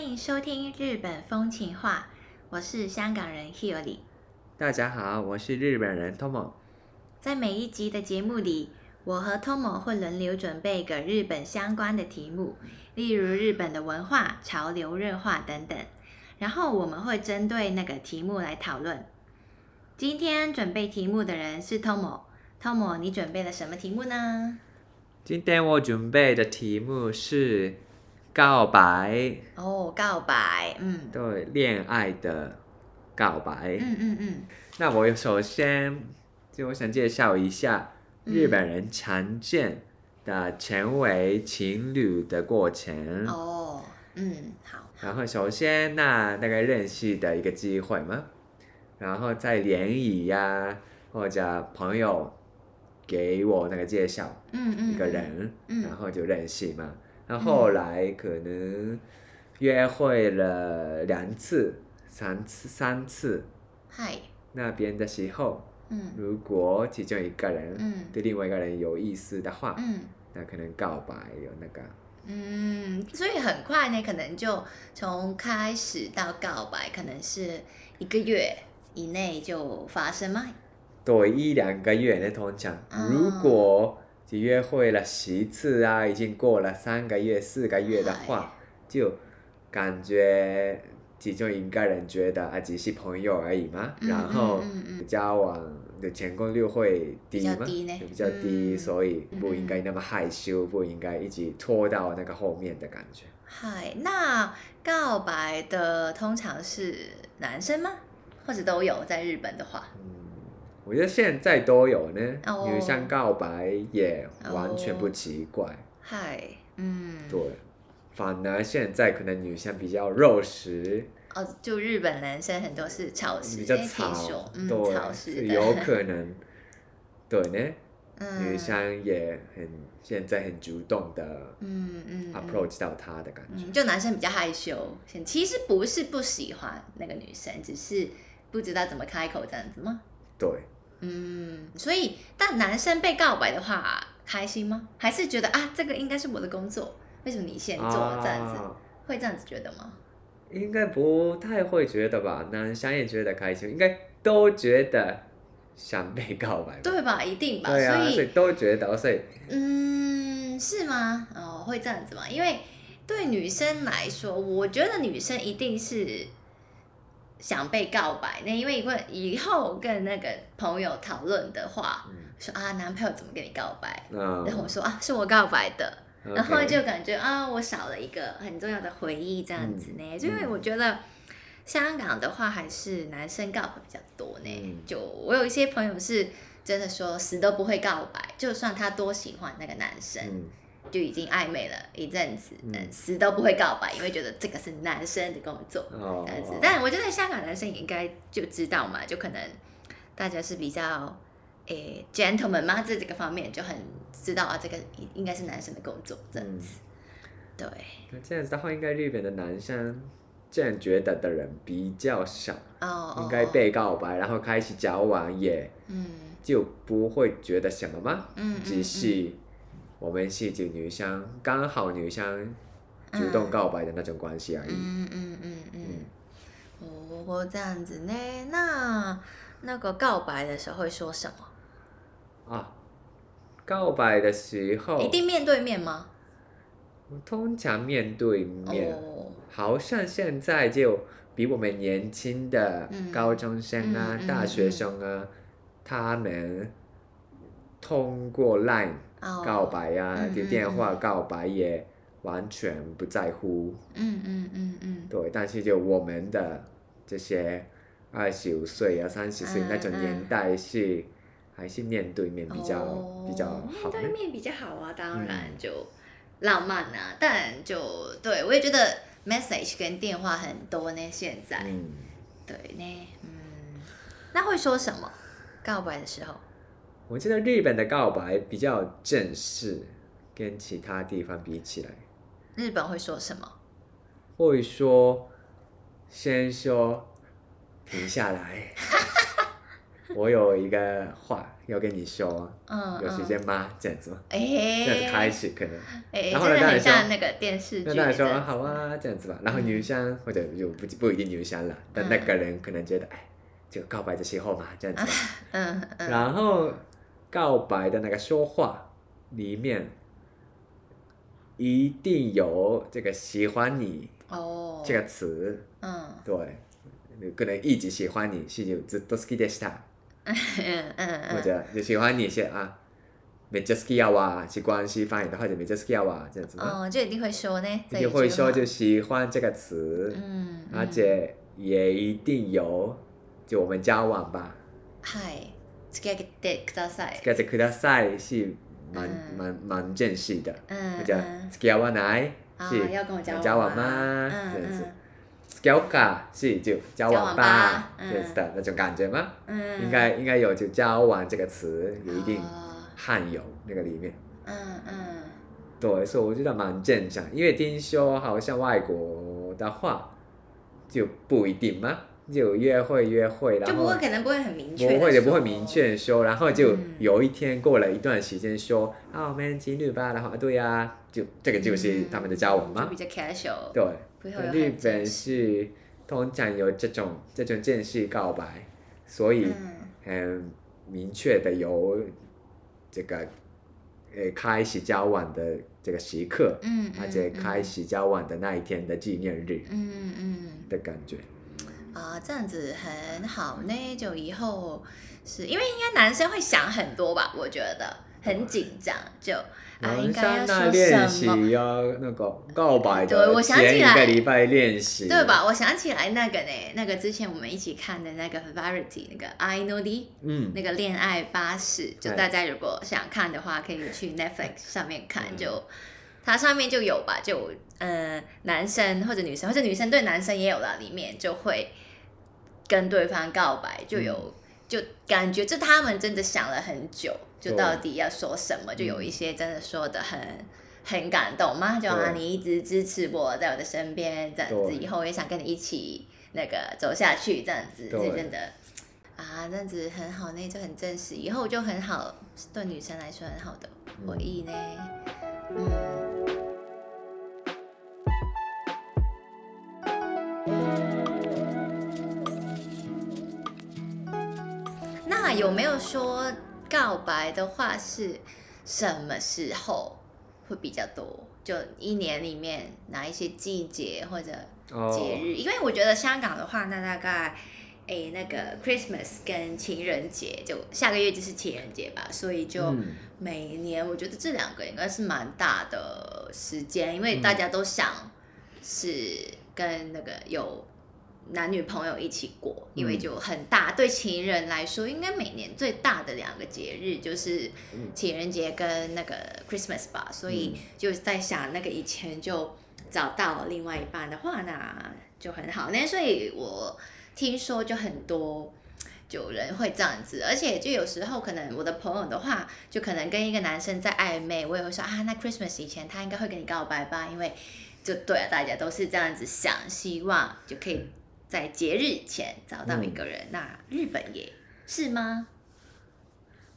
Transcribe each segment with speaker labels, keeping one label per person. Speaker 1: 迎收听《日本风情话》，我是香港人 Hilary。
Speaker 2: 大家好，我是日本人 Tomo。
Speaker 1: 在每一集的节目里，我和 Tomo 会轮流准备个日本相关的题目，例如日本的文化、潮流、热化等等。然后我们会针对那个题目来讨论。今天准备题目的人是 Tomo。Tomo，你准备了什么题目呢？
Speaker 2: 今天我准备的题目是告白，
Speaker 1: 哦，告白，嗯，
Speaker 2: 对恋爱的告白。
Speaker 1: 嗯嗯嗯，
Speaker 2: 那我首先就我想介绍一下
Speaker 1: 嗯
Speaker 2: 日本人常见的成为情侣的过程。
Speaker 1: 哦，嗯，好，
Speaker 2: 然后首先那大概认识的一个机会嘛，然后再联谊呀、或者朋友给我那个介绍。
Speaker 1: 嗯嗯，
Speaker 2: 一个
Speaker 1: 嗯，
Speaker 2: 人，
Speaker 1: 嗯
Speaker 2: 然后就认识嘛。那后来可能约会了两次、三次、三次。
Speaker 1: 嗨，
Speaker 2: 那边的时候，
Speaker 1: 嗯
Speaker 2: 如果其中一个人
Speaker 1: 嗯
Speaker 2: 对另外一个人有意思的话，
Speaker 1: 嗯
Speaker 2: 那可能告白有那个，
Speaker 1: 嗯，所以很快呢，可能就从开始到告白，可能是一个月以内就发生吗？
Speaker 2: 对一两个月的通常。
Speaker 1: 啊
Speaker 2: 如果只约会了十次啊，已经过了三个月、四个月的话，就感觉其中一个人觉得啊，只是朋友而已嘛，
Speaker 1: 嗯
Speaker 2: 然后。
Speaker 1: 嗯嗯嗯
Speaker 2: 交往的成功率会
Speaker 1: 比
Speaker 2: 低
Speaker 1: 较
Speaker 2: 吗？
Speaker 1: 低呢
Speaker 2: 就比较低，
Speaker 1: 嗯
Speaker 2: 所以不应该那么害羞，不应该一直拖到那个后面的感觉。
Speaker 1: 嗨，那告白的通常是男生吗？或者都有，在日本的话，
Speaker 2: 嗯，我觉得现在都有呢，
Speaker 1: 哦
Speaker 2: 女生告白也完全不奇怪。
Speaker 1: 嗨，嗯，
Speaker 2: 对，反而现在可能女生比较肉食，
Speaker 1: 哦，就日本男生很多是草食，
Speaker 2: 比较
Speaker 1: 诶听
Speaker 2: 草
Speaker 1: 说，嗯，草
Speaker 2: 对，
Speaker 1: 食
Speaker 2: 是
Speaker 1: 的
Speaker 2: 有可能。对呢，
Speaker 1: 嗯
Speaker 2: 女生也很现在很主动的
Speaker 1: 嗯嗯嗯
Speaker 2: approach 到她的感觉。
Speaker 1: 嗯，就男生比较害羞，其实不是不喜欢那个女生，只是不知道怎么开口这样子吗？
Speaker 2: 对。
Speaker 1: 嗯，所以但男生被告白的话，开心吗？还是觉得啊，这个应该是我的工作，为什么你先做这样子？
Speaker 2: 啊
Speaker 1: 会这样子觉得吗？
Speaker 2: 应该不太会觉得吧？男生也觉得开心，应该都觉得想被告白吧？
Speaker 1: 对吧？一定吧。
Speaker 2: 对啊，
Speaker 1: 所以
Speaker 2: 所以都觉得，所以
Speaker 1: 嗯，是吗？哦，会这样子吗？因为对女生来说，我觉得女生一定是想被告白，那因为会以后跟那个朋友讨论的话，
Speaker 2: 嗯，
Speaker 1: 说啊，男朋友怎么跟你告白？
Speaker 2: 嗯
Speaker 1: 然后我说啊，是我告白的，
Speaker 2: OK
Speaker 1: 然后就感觉啊，我少了一个很重要的回忆这样子呢，
Speaker 2: 嗯
Speaker 1: 就因为我觉得。香港的话还是男生告白比较多呢，
Speaker 2: 嗯
Speaker 1: 就我有一些朋友是真的说死都不会告白，就算他多喜欢那个男生，
Speaker 2: 嗯
Speaker 1: 就已经暧昧了一阵子，
Speaker 2: 嗯
Speaker 1: 嗯，死都不会告白，因为觉得这个是男生的工作，
Speaker 2: 哦
Speaker 1: 这样子。但我觉得香港男生也应该就知道嘛，就可能大家是比较诶、gentleman 嘛，在这个方面就很知道啊，这个应应该是男生的工作这
Speaker 2: 嗯
Speaker 1: 样子。对，
Speaker 2: 那这样子的话，应该日本的男生这样觉得的人比较少，
Speaker 1: 哦，
Speaker 2: 应该
Speaker 1: 哦，
Speaker 2: 被告白，然后开始交往也
Speaker 1: 嗯
Speaker 2: 就不会觉得什么吗？
Speaker 1: 嗯，嗯
Speaker 2: 只是我们是指女生，刚好女生主动告白的那种关系而已。
Speaker 1: 嗯嗯嗯嗯
Speaker 2: 嗯
Speaker 1: 嗯，哦，这样子呢，那那个告白的时候会说什么？
Speaker 2: 啊，告白的时候，
Speaker 1: 一定面对面吗？
Speaker 2: 我通常面对面，
Speaker 1: 哦，
Speaker 2: 好像现在就比我们年轻的
Speaker 1: 嗯
Speaker 2: 高中生啊、
Speaker 1: 嗯嗯
Speaker 2: 大学生啊，他们通过 LINE
Speaker 1: 哦
Speaker 2: 告白啊，
Speaker 1: 嗯
Speaker 2: 就
Speaker 1: 嗯
Speaker 2: 电
Speaker 1: 嗯
Speaker 2: 话告白也完全不在乎。
Speaker 1: 嗯嗯嗯嗯，
Speaker 2: 对，但是就我们的这些二十五岁啊、三十岁
Speaker 1: 嗯
Speaker 2: 那种年
Speaker 1: 嗯
Speaker 2: 代是，还是面对面比较、
Speaker 1: 哦
Speaker 2: 比较
Speaker 1: 面
Speaker 2: 好呢。
Speaker 1: 对面比较好啊，当然
Speaker 2: 嗯
Speaker 1: 就浪漫啊，但就对我也觉得 message 跟电话很多呢，现在、
Speaker 2: 嗯。
Speaker 1: 对呢，嗯，那会说什么？告白的时候，
Speaker 2: 我觉得日本的告白比较正式，跟其他地方比起来，
Speaker 1: 日本会说什么？
Speaker 2: 或 者说先说停下来，我有一个话要跟你说，
Speaker 1: 嗯，
Speaker 2: 有时间吗？这样子吗？
Speaker 1: 哎，
Speaker 2: 这样子开始可能，
Speaker 1: 哎，
Speaker 2: 然后
Speaker 1: 真的
Speaker 2: 呢当
Speaker 1: 很
Speaker 2: 然
Speaker 1: 像
Speaker 2: 说
Speaker 1: 那个电视剧
Speaker 2: 那
Speaker 1: 的。
Speaker 2: 当然说啊好啊，这样子吧。然后女生或者就不不一定女生了，但那个人可能觉得，哎，就告白的时候嘛，这样子吧。
Speaker 1: 嗯嗯，
Speaker 2: 然后告白的那个说话里面，一定有这个“喜欢你”
Speaker 1: 哦，
Speaker 2: 这个词，
Speaker 1: 嗯，
Speaker 2: 对，可能一直喜欢你是有ずっと好きでした，
Speaker 1: 嗯嗯嗯，
Speaker 2: 或者就喜欢你是啊，めっちゃ好きやわ，是关西方言的话就めっちゃ好きやわ这样子嘛，
Speaker 1: 哦，就一定会说呢，
Speaker 2: 一
Speaker 1: 这
Speaker 2: 定会说
Speaker 1: 句话
Speaker 2: 就喜欢这个词，
Speaker 1: 嗯，
Speaker 2: 而且也一定有就我们交往吧。
Speaker 1: 嗯嗨，付き合ってください。
Speaker 2: 跟着ください是蛮
Speaker 1: 嗯
Speaker 2: 蛮蛮正式的，
Speaker 1: 嗯，
Speaker 2: 或者
Speaker 1: 嗯
Speaker 2: 付き合わない
Speaker 1: 啊
Speaker 2: 是
Speaker 1: 要跟我交往
Speaker 2: 交往
Speaker 1: 吗
Speaker 2: 吗？
Speaker 1: 嗯
Speaker 2: 这样子
Speaker 1: 嗯，
Speaker 2: 付き合うか是就交往
Speaker 1: 交往吧
Speaker 2: 吧，这样子的那种感觉吗？
Speaker 1: 嗯，
Speaker 2: 应该应该有就交往这个词有一定
Speaker 1: 哦
Speaker 2: 含有那个里面。
Speaker 1: 嗯嗯
Speaker 2: 对，所以我觉得蛮正常，因为听说好像外国的话就不一定嘛，就约会约会，然
Speaker 1: 就
Speaker 2: 后
Speaker 1: 不会，可能不会很明确，
Speaker 2: 不会也不会明，确说，然后就
Speaker 1: 嗯
Speaker 2: 有一天过了一段时间说、啊，我们情侣吧，然后啊对呀、就这个就是他们的交往
Speaker 1: 嗯就
Speaker 2: 嘛
Speaker 1: 比，较 casual，
Speaker 2: 对，
Speaker 1: 不会有很
Speaker 2: 日
Speaker 1: 正
Speaker 2: 本
Speaker 1: 式
Speaker 2: 是通常有这种这种正式告白，所以
Speaker 1: 嗯
Speaker 2: 很明确的有这个呃开始交往的这个时刻，
Speaker 1: 嗯，
Speaker 2: 而且
Speaker 1: 嗯
Speaker 2: 开，始交往的那一天的纪念日
Speaker 1: 嗯嗯
Speaker 2: 的感觉。
Speaker 1: 嗯啊，这样子很好呢，就以后是因为应该男生会想很多吧，我觉得很紧张，就啊应
Speaker 2: 男
Speaker 1: 该
Speaker 2: 生
Speaker 1: 要
Speaker 2: 那
Speaker 1: 说
Speaker 2: 练
Speaker 1: 什么。
Speaker 2: 习要那个告白
Speaker 1: 对我
Speaker 2: 的
Speaker 1: 想起
Speaker 2: 前一
Speaker 1: 来
Speaker 2: 个礼拜练习，
Speaker 1: 对？吧？我想起来那个呢，那个之前我们一起看的那个 Variety 那个 I Know D
Speaker 2: 嗯，
Speaker 1: 那个恋爱巴士，就
Speaker 2: 对
Speaker 1: 大家如果想看的话，可以去 Netflix 上面看，
Speaker 2: 嗯
Speaker 1: 就它上面就有吧，就呃男生或者女生或者女生对男生也有啦，里面就会跟对方告白，就有、
Speaker 2: 嗯
Speaker 1: 就感觉这他们真的想了很久，就
Speaker 2: 对
Speaker 1: 到底要说什么，就有一些真的说的很。很感动嘛，就啊，
Speaker 2: 对
Speaker 1: 你一直支持我，在我的身边，这样子，
Speaker 2: 对
Speaker 1: 以后也想跟你一起那个走下去，这样子，
Speaker 2: 对
Speaker 1: 是真的啊，这样子很好呢，就很真实，以后就很好，对女生来说很好的回忆呢。嗯，那有没有说告白的话是什么时候会比较多？就一年里面哪一些季节或者节
Speaker 2: 哦，
Speaker 1: 日？因为我觉得香港的话，那大概。诶，那个 Christmas 跟情人节就下个月就是情人节吧，所以就
Speaker 2: 嗯
Speaker 1: 每一年，我觉得这两个应该是蛮大的时间，因为大家
Speaker 2: 嗯
Speaker 1: 都想是跟那个有男女朋友一起过，因为就很大。对情人来说，应该每年最大的两个节日就是
Speaker 2: 嗯
Speaker 1: 情人节跟那个 Christmas 吧，所以
Speaker 2: 嗯
Speaker 1: 就在想那个以前就找到另外一半的话，那就很好。那所以我听说就很多有人会这样子，而且就有时候可能我的朋友的话，就可能跟一个男生在暧昧，我也会说啊，那 Christmas 以前他应该会跟你告白吧，因为就对啊，大家都是这样子想，希望就可以在节日前找到一
Speaker 2: 嗯
Speaker 1: 个人。那日本也是吗？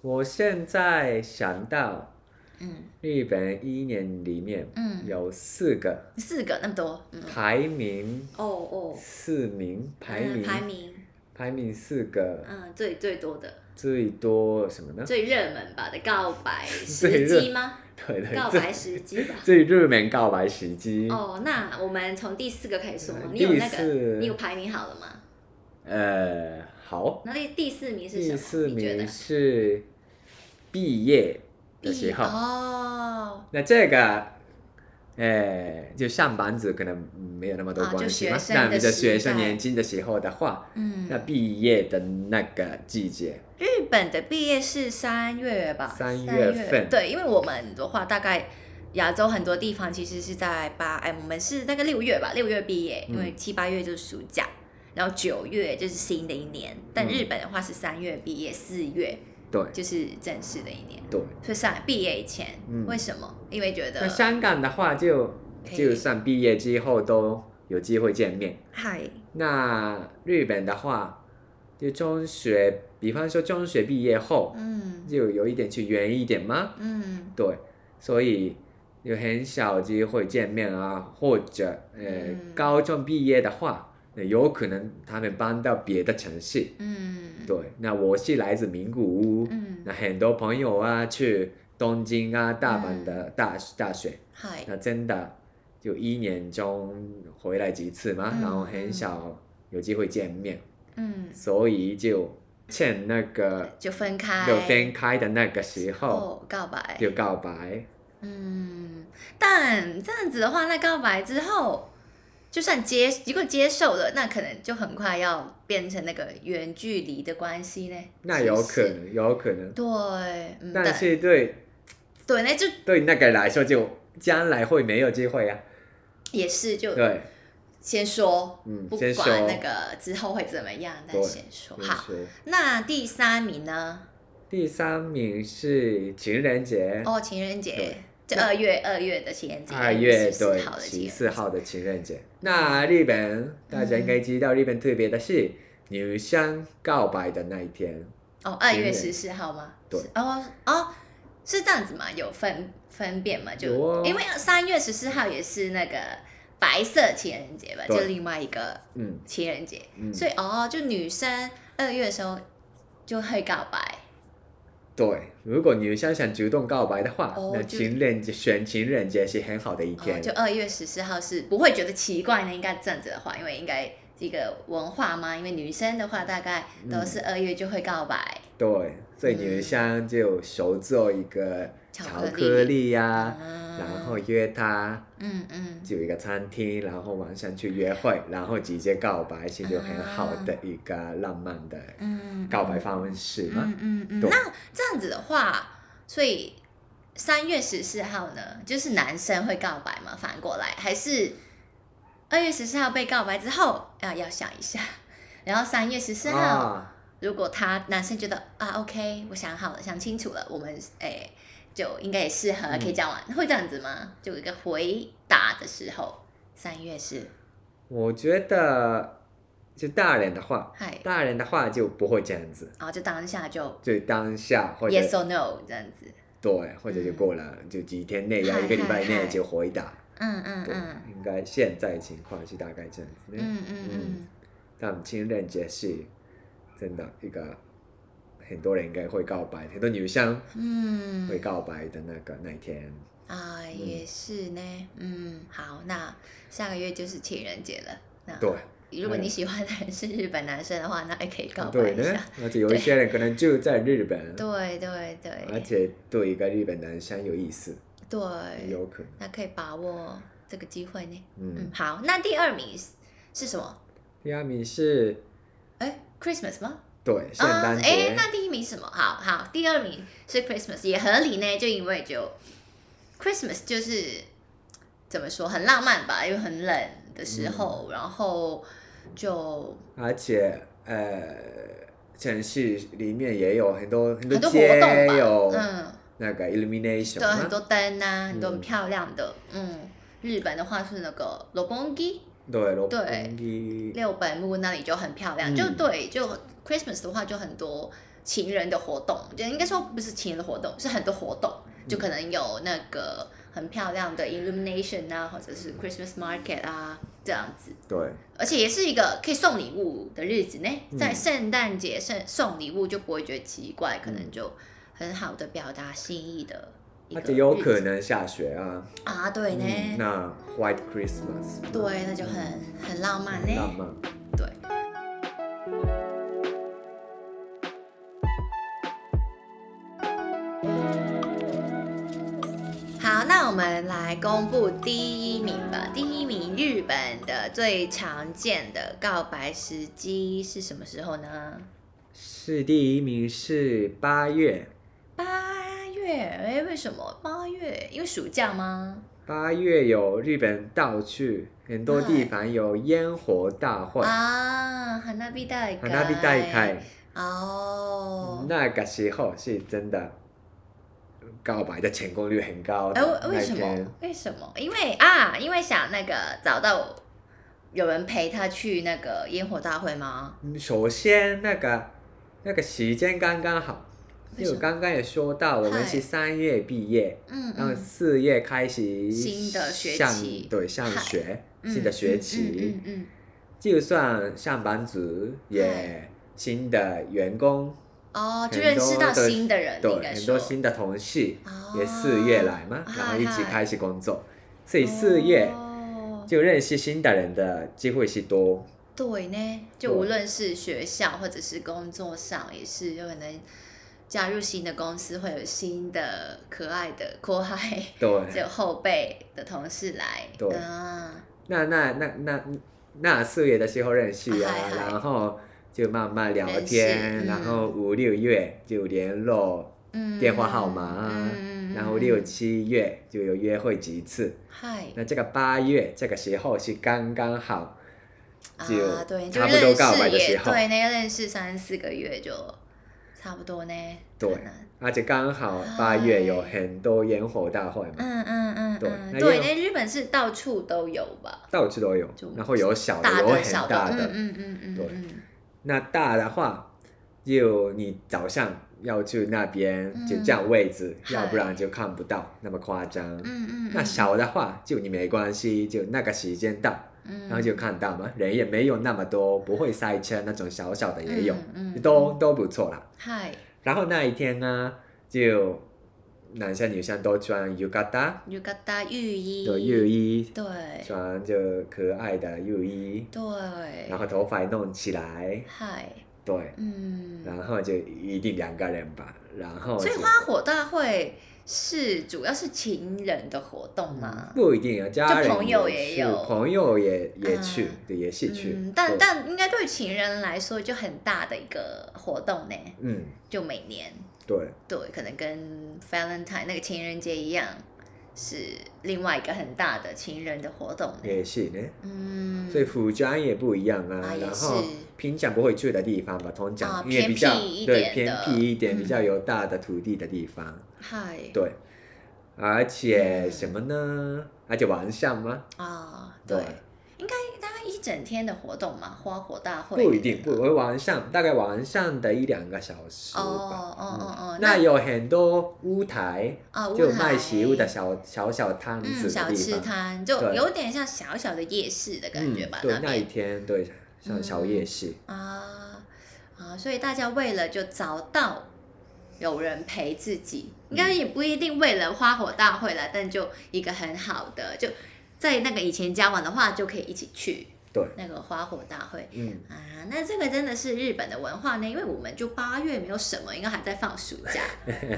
Speaker 2: 我现在想到
Speaker 1: 嗯
Speaker 2: 日本一年里面
Speaker 1: 嗯，
Speaker 2: 有四个
Speaker 1: 四个那么多，嗯，
Speaker 2: 排名
Speaker 1: 哦哦，
Speaker 2: 四名，排
Speaker 1: 嗯
Speaker 2: 名
Speaker 1: 排名，
Speaker 2: 排名四个
Speaker 1: 嗯，最最多的
Speaker 2: 最多什么呢？
Speaker 1: 最热门吧的告白
Speaker 2: 嗯
Speaker 1: 时
Speaker 2: 最热
Speaker 1: 机吗？
Speaker 2: 对对，
Speaker 1: 告
Speaker 2: 最
Speaker 1: 白时机吧。
Speaker 2: 最热门告白时机。
Speaker 1: 哦，那我们从第四个开始说吗？
Speaker 2: 嗯
Speaker 1: 你有
Speaker 2: 第
Speaker 1: 那个，
Speaker 2: 四
Speaker 1: 你有排名好了吗？
Speaker 2: 呃，好，
Speaker 1: 那第第四名是什
Speaker 2: 第
Speaker 1: 么？
Speaker 2: 四
Speaker 1: 你觉得
Speaker 2: 名是毕业的时候。
Speaker 1: 哦，
Speaker 2: 那这个，呃，就上班族可能没有那么多
Speaker 1: 啊就
Speaker 2: 关系
Speaker 1: 学
Speaker 2: 嘛。
Speaker 1: 生
Speaker 2: 那
Speaker 1: 的
Speaker 2: 你
Speaker 1: 时
Speaker 2: 的学生
Speaker 1: 代
Speaker 2: 年轻的时候的话，
Speaker 1: 嗯，
Speaker 2: 那毕业的那个季节，
Speaker 1: 日本的毕业是三月吧？
Speaker 2: 三
Speaker 1: 啊三
Speaker 2: 月份
Speaker 1: 对，因为我们的话，大概亚洲很多地方其实是在八，哎，我们是大概六月吧，六月毕业，
Speaker 2: 嗯
Speaker 1: 因为七八月就是暑假，然后九月就是新的一年，但日本的话是三月毕业，四月
Speaker 2: 嗯对
Speaker 1: 就是正式的一年，
Speaker 2: 对。
Speaker 1: 所以上毕业以前，
Speaker 2: 嗯
Speaker 1: 为什么？因为觉得
Speaker 2: 那香港的话就，
Speaker 1: 可以
Speaker 2: 就算毕业之后都有机会见面。
Speaker 1: 嗨，
Speaker 2: 那日本的话，就中学比方说中学毕业后，
Speaker 1: 嗯
Speaker 2: 就有一点去远一点吗？
Speaker 1: 嗯
Speaker 2: 对，所以有很少机会见面啊，或者呃，
Speaker 1: 嗯
Speaker 2: 高中毕业的话，呃有可能他们搬到别的城市。
Speaker 1: 嗯，
Speaker 2: 对，那我是来自名古屋，
Speaker 1: 嗯，
Speaker 2: 那很多朋友啊去东京啊、大阪
Speaker 1: 嗯
Speaker 2: 的大、大学，
Speaker 1: 嗨，
Speaker 2: 那真的就一年中回来几次嘛，
Speaker 1: 嗯
Speaker 2: 然后很少有机会见面，
Speaker 1: 嗯，
Speaker 2: 所以就趁那个
Speaker 1: 就分开，
Speaker 2: 有分开的那个时候
Speaker 1: 哦，告白，
Speaker 2: 就告白。
Speaker 1: 嗯，但这样子的话，那告白之后，就算接如果接受了，那可能就很快要变成那个远距离的关系呢。
Speaker 2: 那
Speaker 1: 是
Speaker 2: 有
Speaker 1: 不
Speaker 2: 可
Speaker 1: 是。
Speaker 2: 能，有可能，
Speaker 1: 对，嗯，
Speaker 2: 但
Speaker 1: 对
Speaker 2: 是对
Speaker 1: 对，那就
Speaker 2: 对那个来说就将来会没有机会啊。
Speaker 1: 也是就
Speaker 2: 对，
Speaker 1: 先说，
Speaker 2: 嗯，
Speaker 1: 不
Speaker 2: 先说，
Speaker 1: 管那个之后会怎么样，但
Speaker 2: 对
Speaker 1: 先说
Speaker 2: 先
Speaker 1: 好。
Speaker 2: 说。
Speaker 1: 那第三名呢？
Speaker 2: 第三名是情人节，
Speaker 1: 哦，情人节
Speaker 2: 对，
Speaker 1: 就
Speaker 2: 那
Speaker 1: 二月二月的情人节，
Speaker 2: 二月
Speaker 1: 四
Speaker 2: 对
Speaker 1: 号的情
Speaker 2: 十
Speaker 1: 人
Speaker 2: 四号的情人节。那日本大家应该知道，日本特别的是女生告白的那一天，
Speaker 1: 哦，二月
Speaker 2: 情
Speaker 1: 十
Speaker 2: 人
Speaker 1: 四号吗？
Speaker 2: 对
Speaker 1: 是，哦哦，是这样子嘛？有分分辨嘛？就、
Speaker 2: 有啊
Speaker 1: 因为三月十四号也是那个白色情人节吧，
Speaker 2: 对
Speaker 1: 就另外一个
Speaker 2: 嗯
Speaker 1: 情人节，
Speaker 2: 嗯，
Speaker 1: 所以哦，就女生二月的时候就会告白，
Speaker 2: 对。如果女生想主动告白的话，
Speaker 1: 哦
Speaker 2: 那
Speaker 1: 就
Speaker 2: 情人节选情人节是很好的一
Speaker 1: 哦
Speaker 2: 天，，
Speaker 1: 就二月十四号是不会觉得奇怪的，应该这样子的话，因为应该。一个文化嘛，因为女生的话大概
Speaker 2: 嗯
Speaker 1: 都是二月就会告白，
Speaker 2: 对。所以
Speaker 1: 嗯
Speaker 2: 女生就手做一个
Speaker 1: 巧
Speaker 2: 巧
Speaker 1: 克力
Speaker 2: 克力呀、
Speaker 1: 嗯
Speaker 2: 啊然后约她
Speaker 1: 嗯嗯，
Speaker 2: 就一个餐厅，然后晚上去约会，然后直接告白，是就很好的一个浪漫的
Speaker 1: 嗯，
Speaker 2: 告白方式嘛。
Speaker 1: 嗯嗯嗯，
Speaker 2: 对
Speaker 1: 那这样子的话，所以三月十四号呢，就是男生会告白吗？反过来，还是二月十四号被告白之后啊，要想一下， 然后三月十四号，
Speaker 2: 啊，
Speaker 1: 如果他男生觉得啊，OK，我想好了，想清楚了，我们哎、就应该也适合，
Speaker 2: 嗯
Speaker 1: 可以交往，会这样子吗？就有一个回答的时候，三月是
Speaker 2: 我觉得就大人的话，
Speaker 1: 嗨，
Speaker 2: 大人的话就不会这样子，
Speaker 1: 然后就当下就
Speaker 2: 就当下或者
Speaker 1: yes or no 这样子，
Speaker 2: 对，或者就过了、就几天内呀，
Speaker 1: 嗨
Speaker 2: 一个礼拜
Speaker 1: 嗨嗨
Speaker 2: 内就回答。
Speaker 1: 嗯嗯
Speaker 2: 对，
Speaker 1: 嗯
Speaker 2: 应该现在情况是大概这样子的。
Speaker 1: 嗯嗯嗯
Speaker 2: 嗯。但情人节是真的一个很多人应该会告白，很多女生
Speaker 1: 嗯
Speaker 2: 会告白的那个那一天。
Speaker 1: 啊，
Speaker 2: 嗯
Speaker 1: 也是呢，嗯，好，那下个月就是情人节了。那
Speaker 2: 对，
Speaker 1: 如果你
Speaker 2: 哎
Speaker 1: 喜欢的人是日本男生的话，那也可以告白
Speaker 2: 对
Speaker 1: 一
Speaker 2: 呢
Speaker 1: 下。，
Speaker 2: 而且有一些人可能就在日 本，
Speaker 1: 对对
Speaker 2: 而
Speaker 1: 对
Speaker 2: 且对一个日本男生有意思，也
Speaker 1: 对，
Speaker 2: 有可能。
Speaker 1: 那可以把握这个机会呢。嗯
Speaker 2: 嗯，，
Speaker 1: 好，那第二名是是什么？
Speaker 2: 第二名是
Speaker 1: 哎，Christmas 吗？
Speaker 2: 对圣
Speaker 1: 啊，
Speaker 2: 诞
Speaker 1: 哎，
Speaker 2: 节，
Speaker 1: 那第一名是什么？好好，第二名是 Christmas，也合理呢，就因为就 Christmas 就是怎么说，很浪漫吧，又很冷的时候，
Speaker 2: 嗯
Speaker 1: 然后就
Speaker 2: 而且呃，城市里面也有很多很
Speaker 1: 很多活
Speaker 2: 街
Speaker 1: 动吧，
Speaker 2: 有
Speaker 1: 嗯，
Speaker 2: 那个 illumination，
Speaker 1: 对，
Speaker 2: 嘛
Speaker 1: 很多灯啊，很多
Speaker 2: 嗯
Speaker 1: 很漂亮的，嗯，日本的话是那个罗邦基
Speaker 2: 对，罗
Speaker 1: 对
Speaker 2: 宾基
Speaker 1: 六本木那里就很漂亮，就
Speaker 2: 嗯
Speaker 1: 对，就 Christmas 的话就很多情人的活动，就应该说不是情人的活动，是很多活动，
Speaker 2: 嗯
Speaker 1: 就可能有那个很漂亮的 illumination 啊，或者是 Christmas market 啊这样子，
Speaker 2: 对，
Speaker 1: 而且也是一个可以送礼物的日子呢，
Speaker 2: 嗯
Speaker 1: 在圣诞节送送礼物就不会觉得奇怪，可能就很好的表达心意的一个
Speaker 2: 而且有
Speaker 1: 日
Speaker 2: 可
Speaker 1: 子
Speaker 2: 能下雪啊，
Speaker 1: 啊，对呢，
Speaker 2: 嗯，那 White Christmas
Speaker 1: 对，那就很很浪漫呢，
Speaker 2: 浪漫，
Speaker 1: 对。好，那我们来公布第一名吧。第一名，日本的最常见的告白时机是什么时候呢？
Speaker 2: 是第一名是八月，
Speaker 1: 八月？哎，为什么八月？因为暑假吗？
Speaker 2: 八月有日本到处很多地
Speaker 1: 嗯
Speaker 2: 方有烟火大会，
Speaker 1: 啊，花火大会。
Speaker 2: 花火大会，
Speaker 1: 哦。
Speaker 2: 那个时候是真的告白的成功率很高
Speaker 1: 哎、
Speaker 2: 的
Speaker 1: 为
Speaker 2: 那
Speaker 1: 为什
Speaker 2: 天
Speaker 1: 么？？为什么？因为啊，因为想那个找到有人陪他去那个烟火大会吗？
Speaker 2: 嗯首先那个那个时间刚刚好。
Speaker 1: 为
Speaker 2: 就
Speaker 1: 什么
Speaker 2: 刚刚也说到，我们
Speaker 1: 嗨
Speaker 2: 是三月毕业，
Speaker 1: 嗯
Speaker 2: 然后
Speaker 1: 嗯，
Speaker 2: 四月开始
Speaker 1: 新的学
Speaker 2: 上
Speaker 1: 期
Speaker 2: 对，上
Speaker 1: 嗨
Speaker 2: 学，
Speaker 1: 嗯
Speaker 2: 新的学期。
Speaker 1: 嗯嗯嗯
Speaker 2: 就算上班族也新的员工，
Speaker 1: 嗯，哦，就
Speaker 2: 很
Speaker 1: 认识
Speaker 2: 多
Speaker 1: 到
Speaker 2: 的
Speaker 1: 新呃的人，应
Speaker 2: 对
Speaker 1: 该
Speaker 2: 很
Speaker 1: 说
Speaker 2: 多新的同事
Speaker 1: 哦
Speaker 2: 也四月来嘛，
Speaker 1: 嗨
Speaker 2: 然后一起
Speaker 1: 嗨
Speaker 2: 开始工作，所以四月
Speaker 1: 哦
Speaker 2: 就认识新的人的机会是多。
Speaker 1: 对呢，就
Speaker 2: 对
Speaker 1: 无论是学校或者是工作上，也是有可能加入新的公司，会有新的可爱的（ 括号
Speaker 2: 对，
Speaker 1: 就后辈的同事来。
Speaker 2: 对
Speaker 1: 啊，
Speaker 2: 那那那那那四月的时候认识啊
Speaker 1: 嗨，嗨
Speaker 2: 然后就慢慢聊
Speaker 1: 认识
Speaker 2: 天，
Speaker 1: 哎嗯
Speaker 2: 然后五六月就联络，
Speaker 1: 嗯，
Speaker 2: 电话号码啊
Speaker 1: 嗯
Speaker 2: 然后六，
Speaker 1: 嗯嗯嗯
Speaker 2: 七月就有约会几次。
Speaker 1: 嗨，
Speaker 2: 那这个八月这个时候是刚刚好。就
Speaker 1: 啊，对，就
Speaker 2: 差不多
Speaker 1: 认
Speaker 2: 告白
Speaker 1: 识
Speaker 2: 的
Speaker 1: 也
Speaker 2: 时候
Speaker 1: 对呢，认识三四个月就差不多呢，
Speaker 2: 对
Speaker 1: 可能
Speaker 2: 而且啊刚好
Speaker 1: 嗨
Speaker 2: 八月有很多烟火大会嘛，
Speaker 1: 嗯嗯嗯，
Speaker 2: 对
Speaker 1: 嗯
Speaker 2: 那
Speaker 1: 对，
Speaker 2: 因为
Speaker 1: 那日本是到处都有吧，
Speaker 2: 到处都有
Speaker 1: 就，
Speaker 2: 然后哦有小的，
Speaker 1: 大
Speaker 2: 有
Speaker 1: 的小
Speaker 2: 很
Speaker 1: 的，
Speaker 2: 大
Speaker 1: 嗯
Speaker 2: 的。
Speaker 1: 嗯嗯嗯，
Speaker 2: 对
Speaker 1: 嗯
Speaker 2: 那大的话，就你早上要去那边
Speaker 1: 嗯
Speaker 2: 就占位置，
Speaker 1: 嗨
Speaker 2: 要不然就看不到那么夸张。
Speaker 1: 嗯嗯，
Speaker 2: 那
Speaker 1: 嗯，
Speaker 2: 小的话，就你没关系，就那个时间到，
Speaker 1: 然
Speaker 2: 然后就看到嘛，人也没有那么多，不会塞车那种小小的也有，
Speaker 1: 嗯嗯
Speaker 2: 都
Speaker 1: 嗯
Speaker 2: 都不错啦。
Speaker 1: 嗨
Speaker 2: 然后那一天呢，就男生女生都穿 yukata
Speaker 1: 浴衣浴衣，
Speaker 2: 的浴衣，
Speaker 1: 对
Speaker 2: 穿着可爱的浴衣，
Speaker 1: 对，
Speaker 2: 然后头发弄起来，
Speaker 1: 嗨
Speaker 2: 对，
Speaker 1: 嗯，
Speaker 2: 然后就一定两个人吧，然后
Speaker 1: 所以
Speaker 2: 就
Speaker 1: 花火大会是主要是情人的活动吗？
Speaker 2: 不一定啊，家人
Speaker 1: 朋友也
Speaker 2: 也去
Speaker 1: 有
Speaker 2: 朋友也也去
Speaker 1: 嗯，
Speaker 2: 对，也是去
Speaker 1: 嗯，，但
Speaker 2: 对
Speaker 1: 但应该对情人来说就很大的一个活动呢，
Speaker 2: 嗯
Speaker 1: 就每年
Speaker 2: 对
Speaker 1: 对，可能跟 Valentine 那个情人节一样，是另外一个很大的情人的活动呢。
Speaker 2: 也是呢，
Speaker 1: 嗯，
Speaker 2: 所以服装也不一样
Speaker 1: 啊
Speaker 2: 啊，
Speaker 1: 也
Speaker 2: 然后
Speaker 1: 是
Speaker 2: 平常不会去的地方吧，通
Speaker 1: 啊
Speaker 2: 常因为比
Speaker 1: 偏
Speaker 2: 较
Speaker 1: 僻一
Speaker 2: 对
Speaker 1: 点
Speaker 2: 偏
Speaker 1: 的
Speaker 2: 僻一点，
Speaker 1: 嗯
Speaker 2: 比较有大的土地的地方，
Speaker 1: 嗨
Speaker 2: 对，而且
Speaker 1: 嗯
Speaker 2: 什么呢？而且晚上吗？
Speaker 1: 啊，对，应该大概一整天的活动嘛，花火大会
Speaker 2: 不一定，不
Speaker 1: 哦
Speaker 2: 我晚上大概晚上的一两个小时吧。
Speaker 1: 哦哦
Speaker 2: 嗯
Speaker 1: 哦，
Speaker 2: 那有很多舞台，
Speaker 1: 啊，
Speaker 2: 就
Speaker 1: 乌
Speaker 2: 卖
Speaker 1: 台
Speaker 2: 食物的小小小摊
Speaker 1: 嗯
Speaker 2: 子
Speaker 1: 小
Speaker 2: 的地
Speaker 1: 吃
Speaker 2: 方。
Speaker 1: 摊，就
Speaker 2: 对嗯
Speaker 1: 有点像小小的夜市的感觉吧，
Speaker 2: 对，那一
Speaker 1: 边
Speaker 2: 天对，像小夜市，
Speaker 1: 啊啊，所以大家为了就找到有人陪自己，应该也不一定为了花火大会啦，但就一个很好的，就在那个以前交往的话，就可以一起去
Speaker 2: 对，
Speaker 1: 那个花火大会。
Speaker 2: 嗯，
Speaker 1: 啊，那这个真的是日本的文化呢，因为我们就八月没有什么，应该还在放暑假，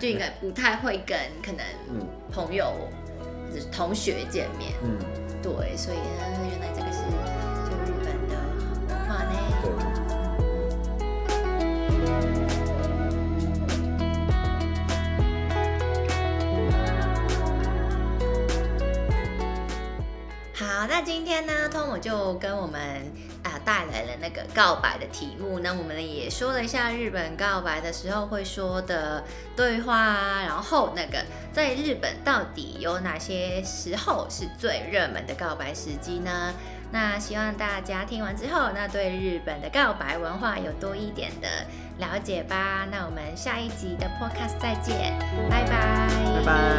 Speaker 1: 就应该不太会跟可能
Speaker 2: 嗯
Speaker 1: 朋友、或者是同学见面，
Speaker 2: 嗯，
Speaker 1: 对，所以呢，原来这个是就日本的文化呢。
Speaker 2: 对。
Speaker 1: 好，那今天呢，Tom 就跟我们啊、带来了那个告白的题目，那我们也说了一下日本告白的时候会说的对话啊，然后那个在日本到底有哪些时候是最热门的告白时机呢？那希望大家听完之后，那对日本的告白文化有多一点的了解吧。那我们下一集的 Podcast 再见，拜拜，
Speaker 2: 拜拜。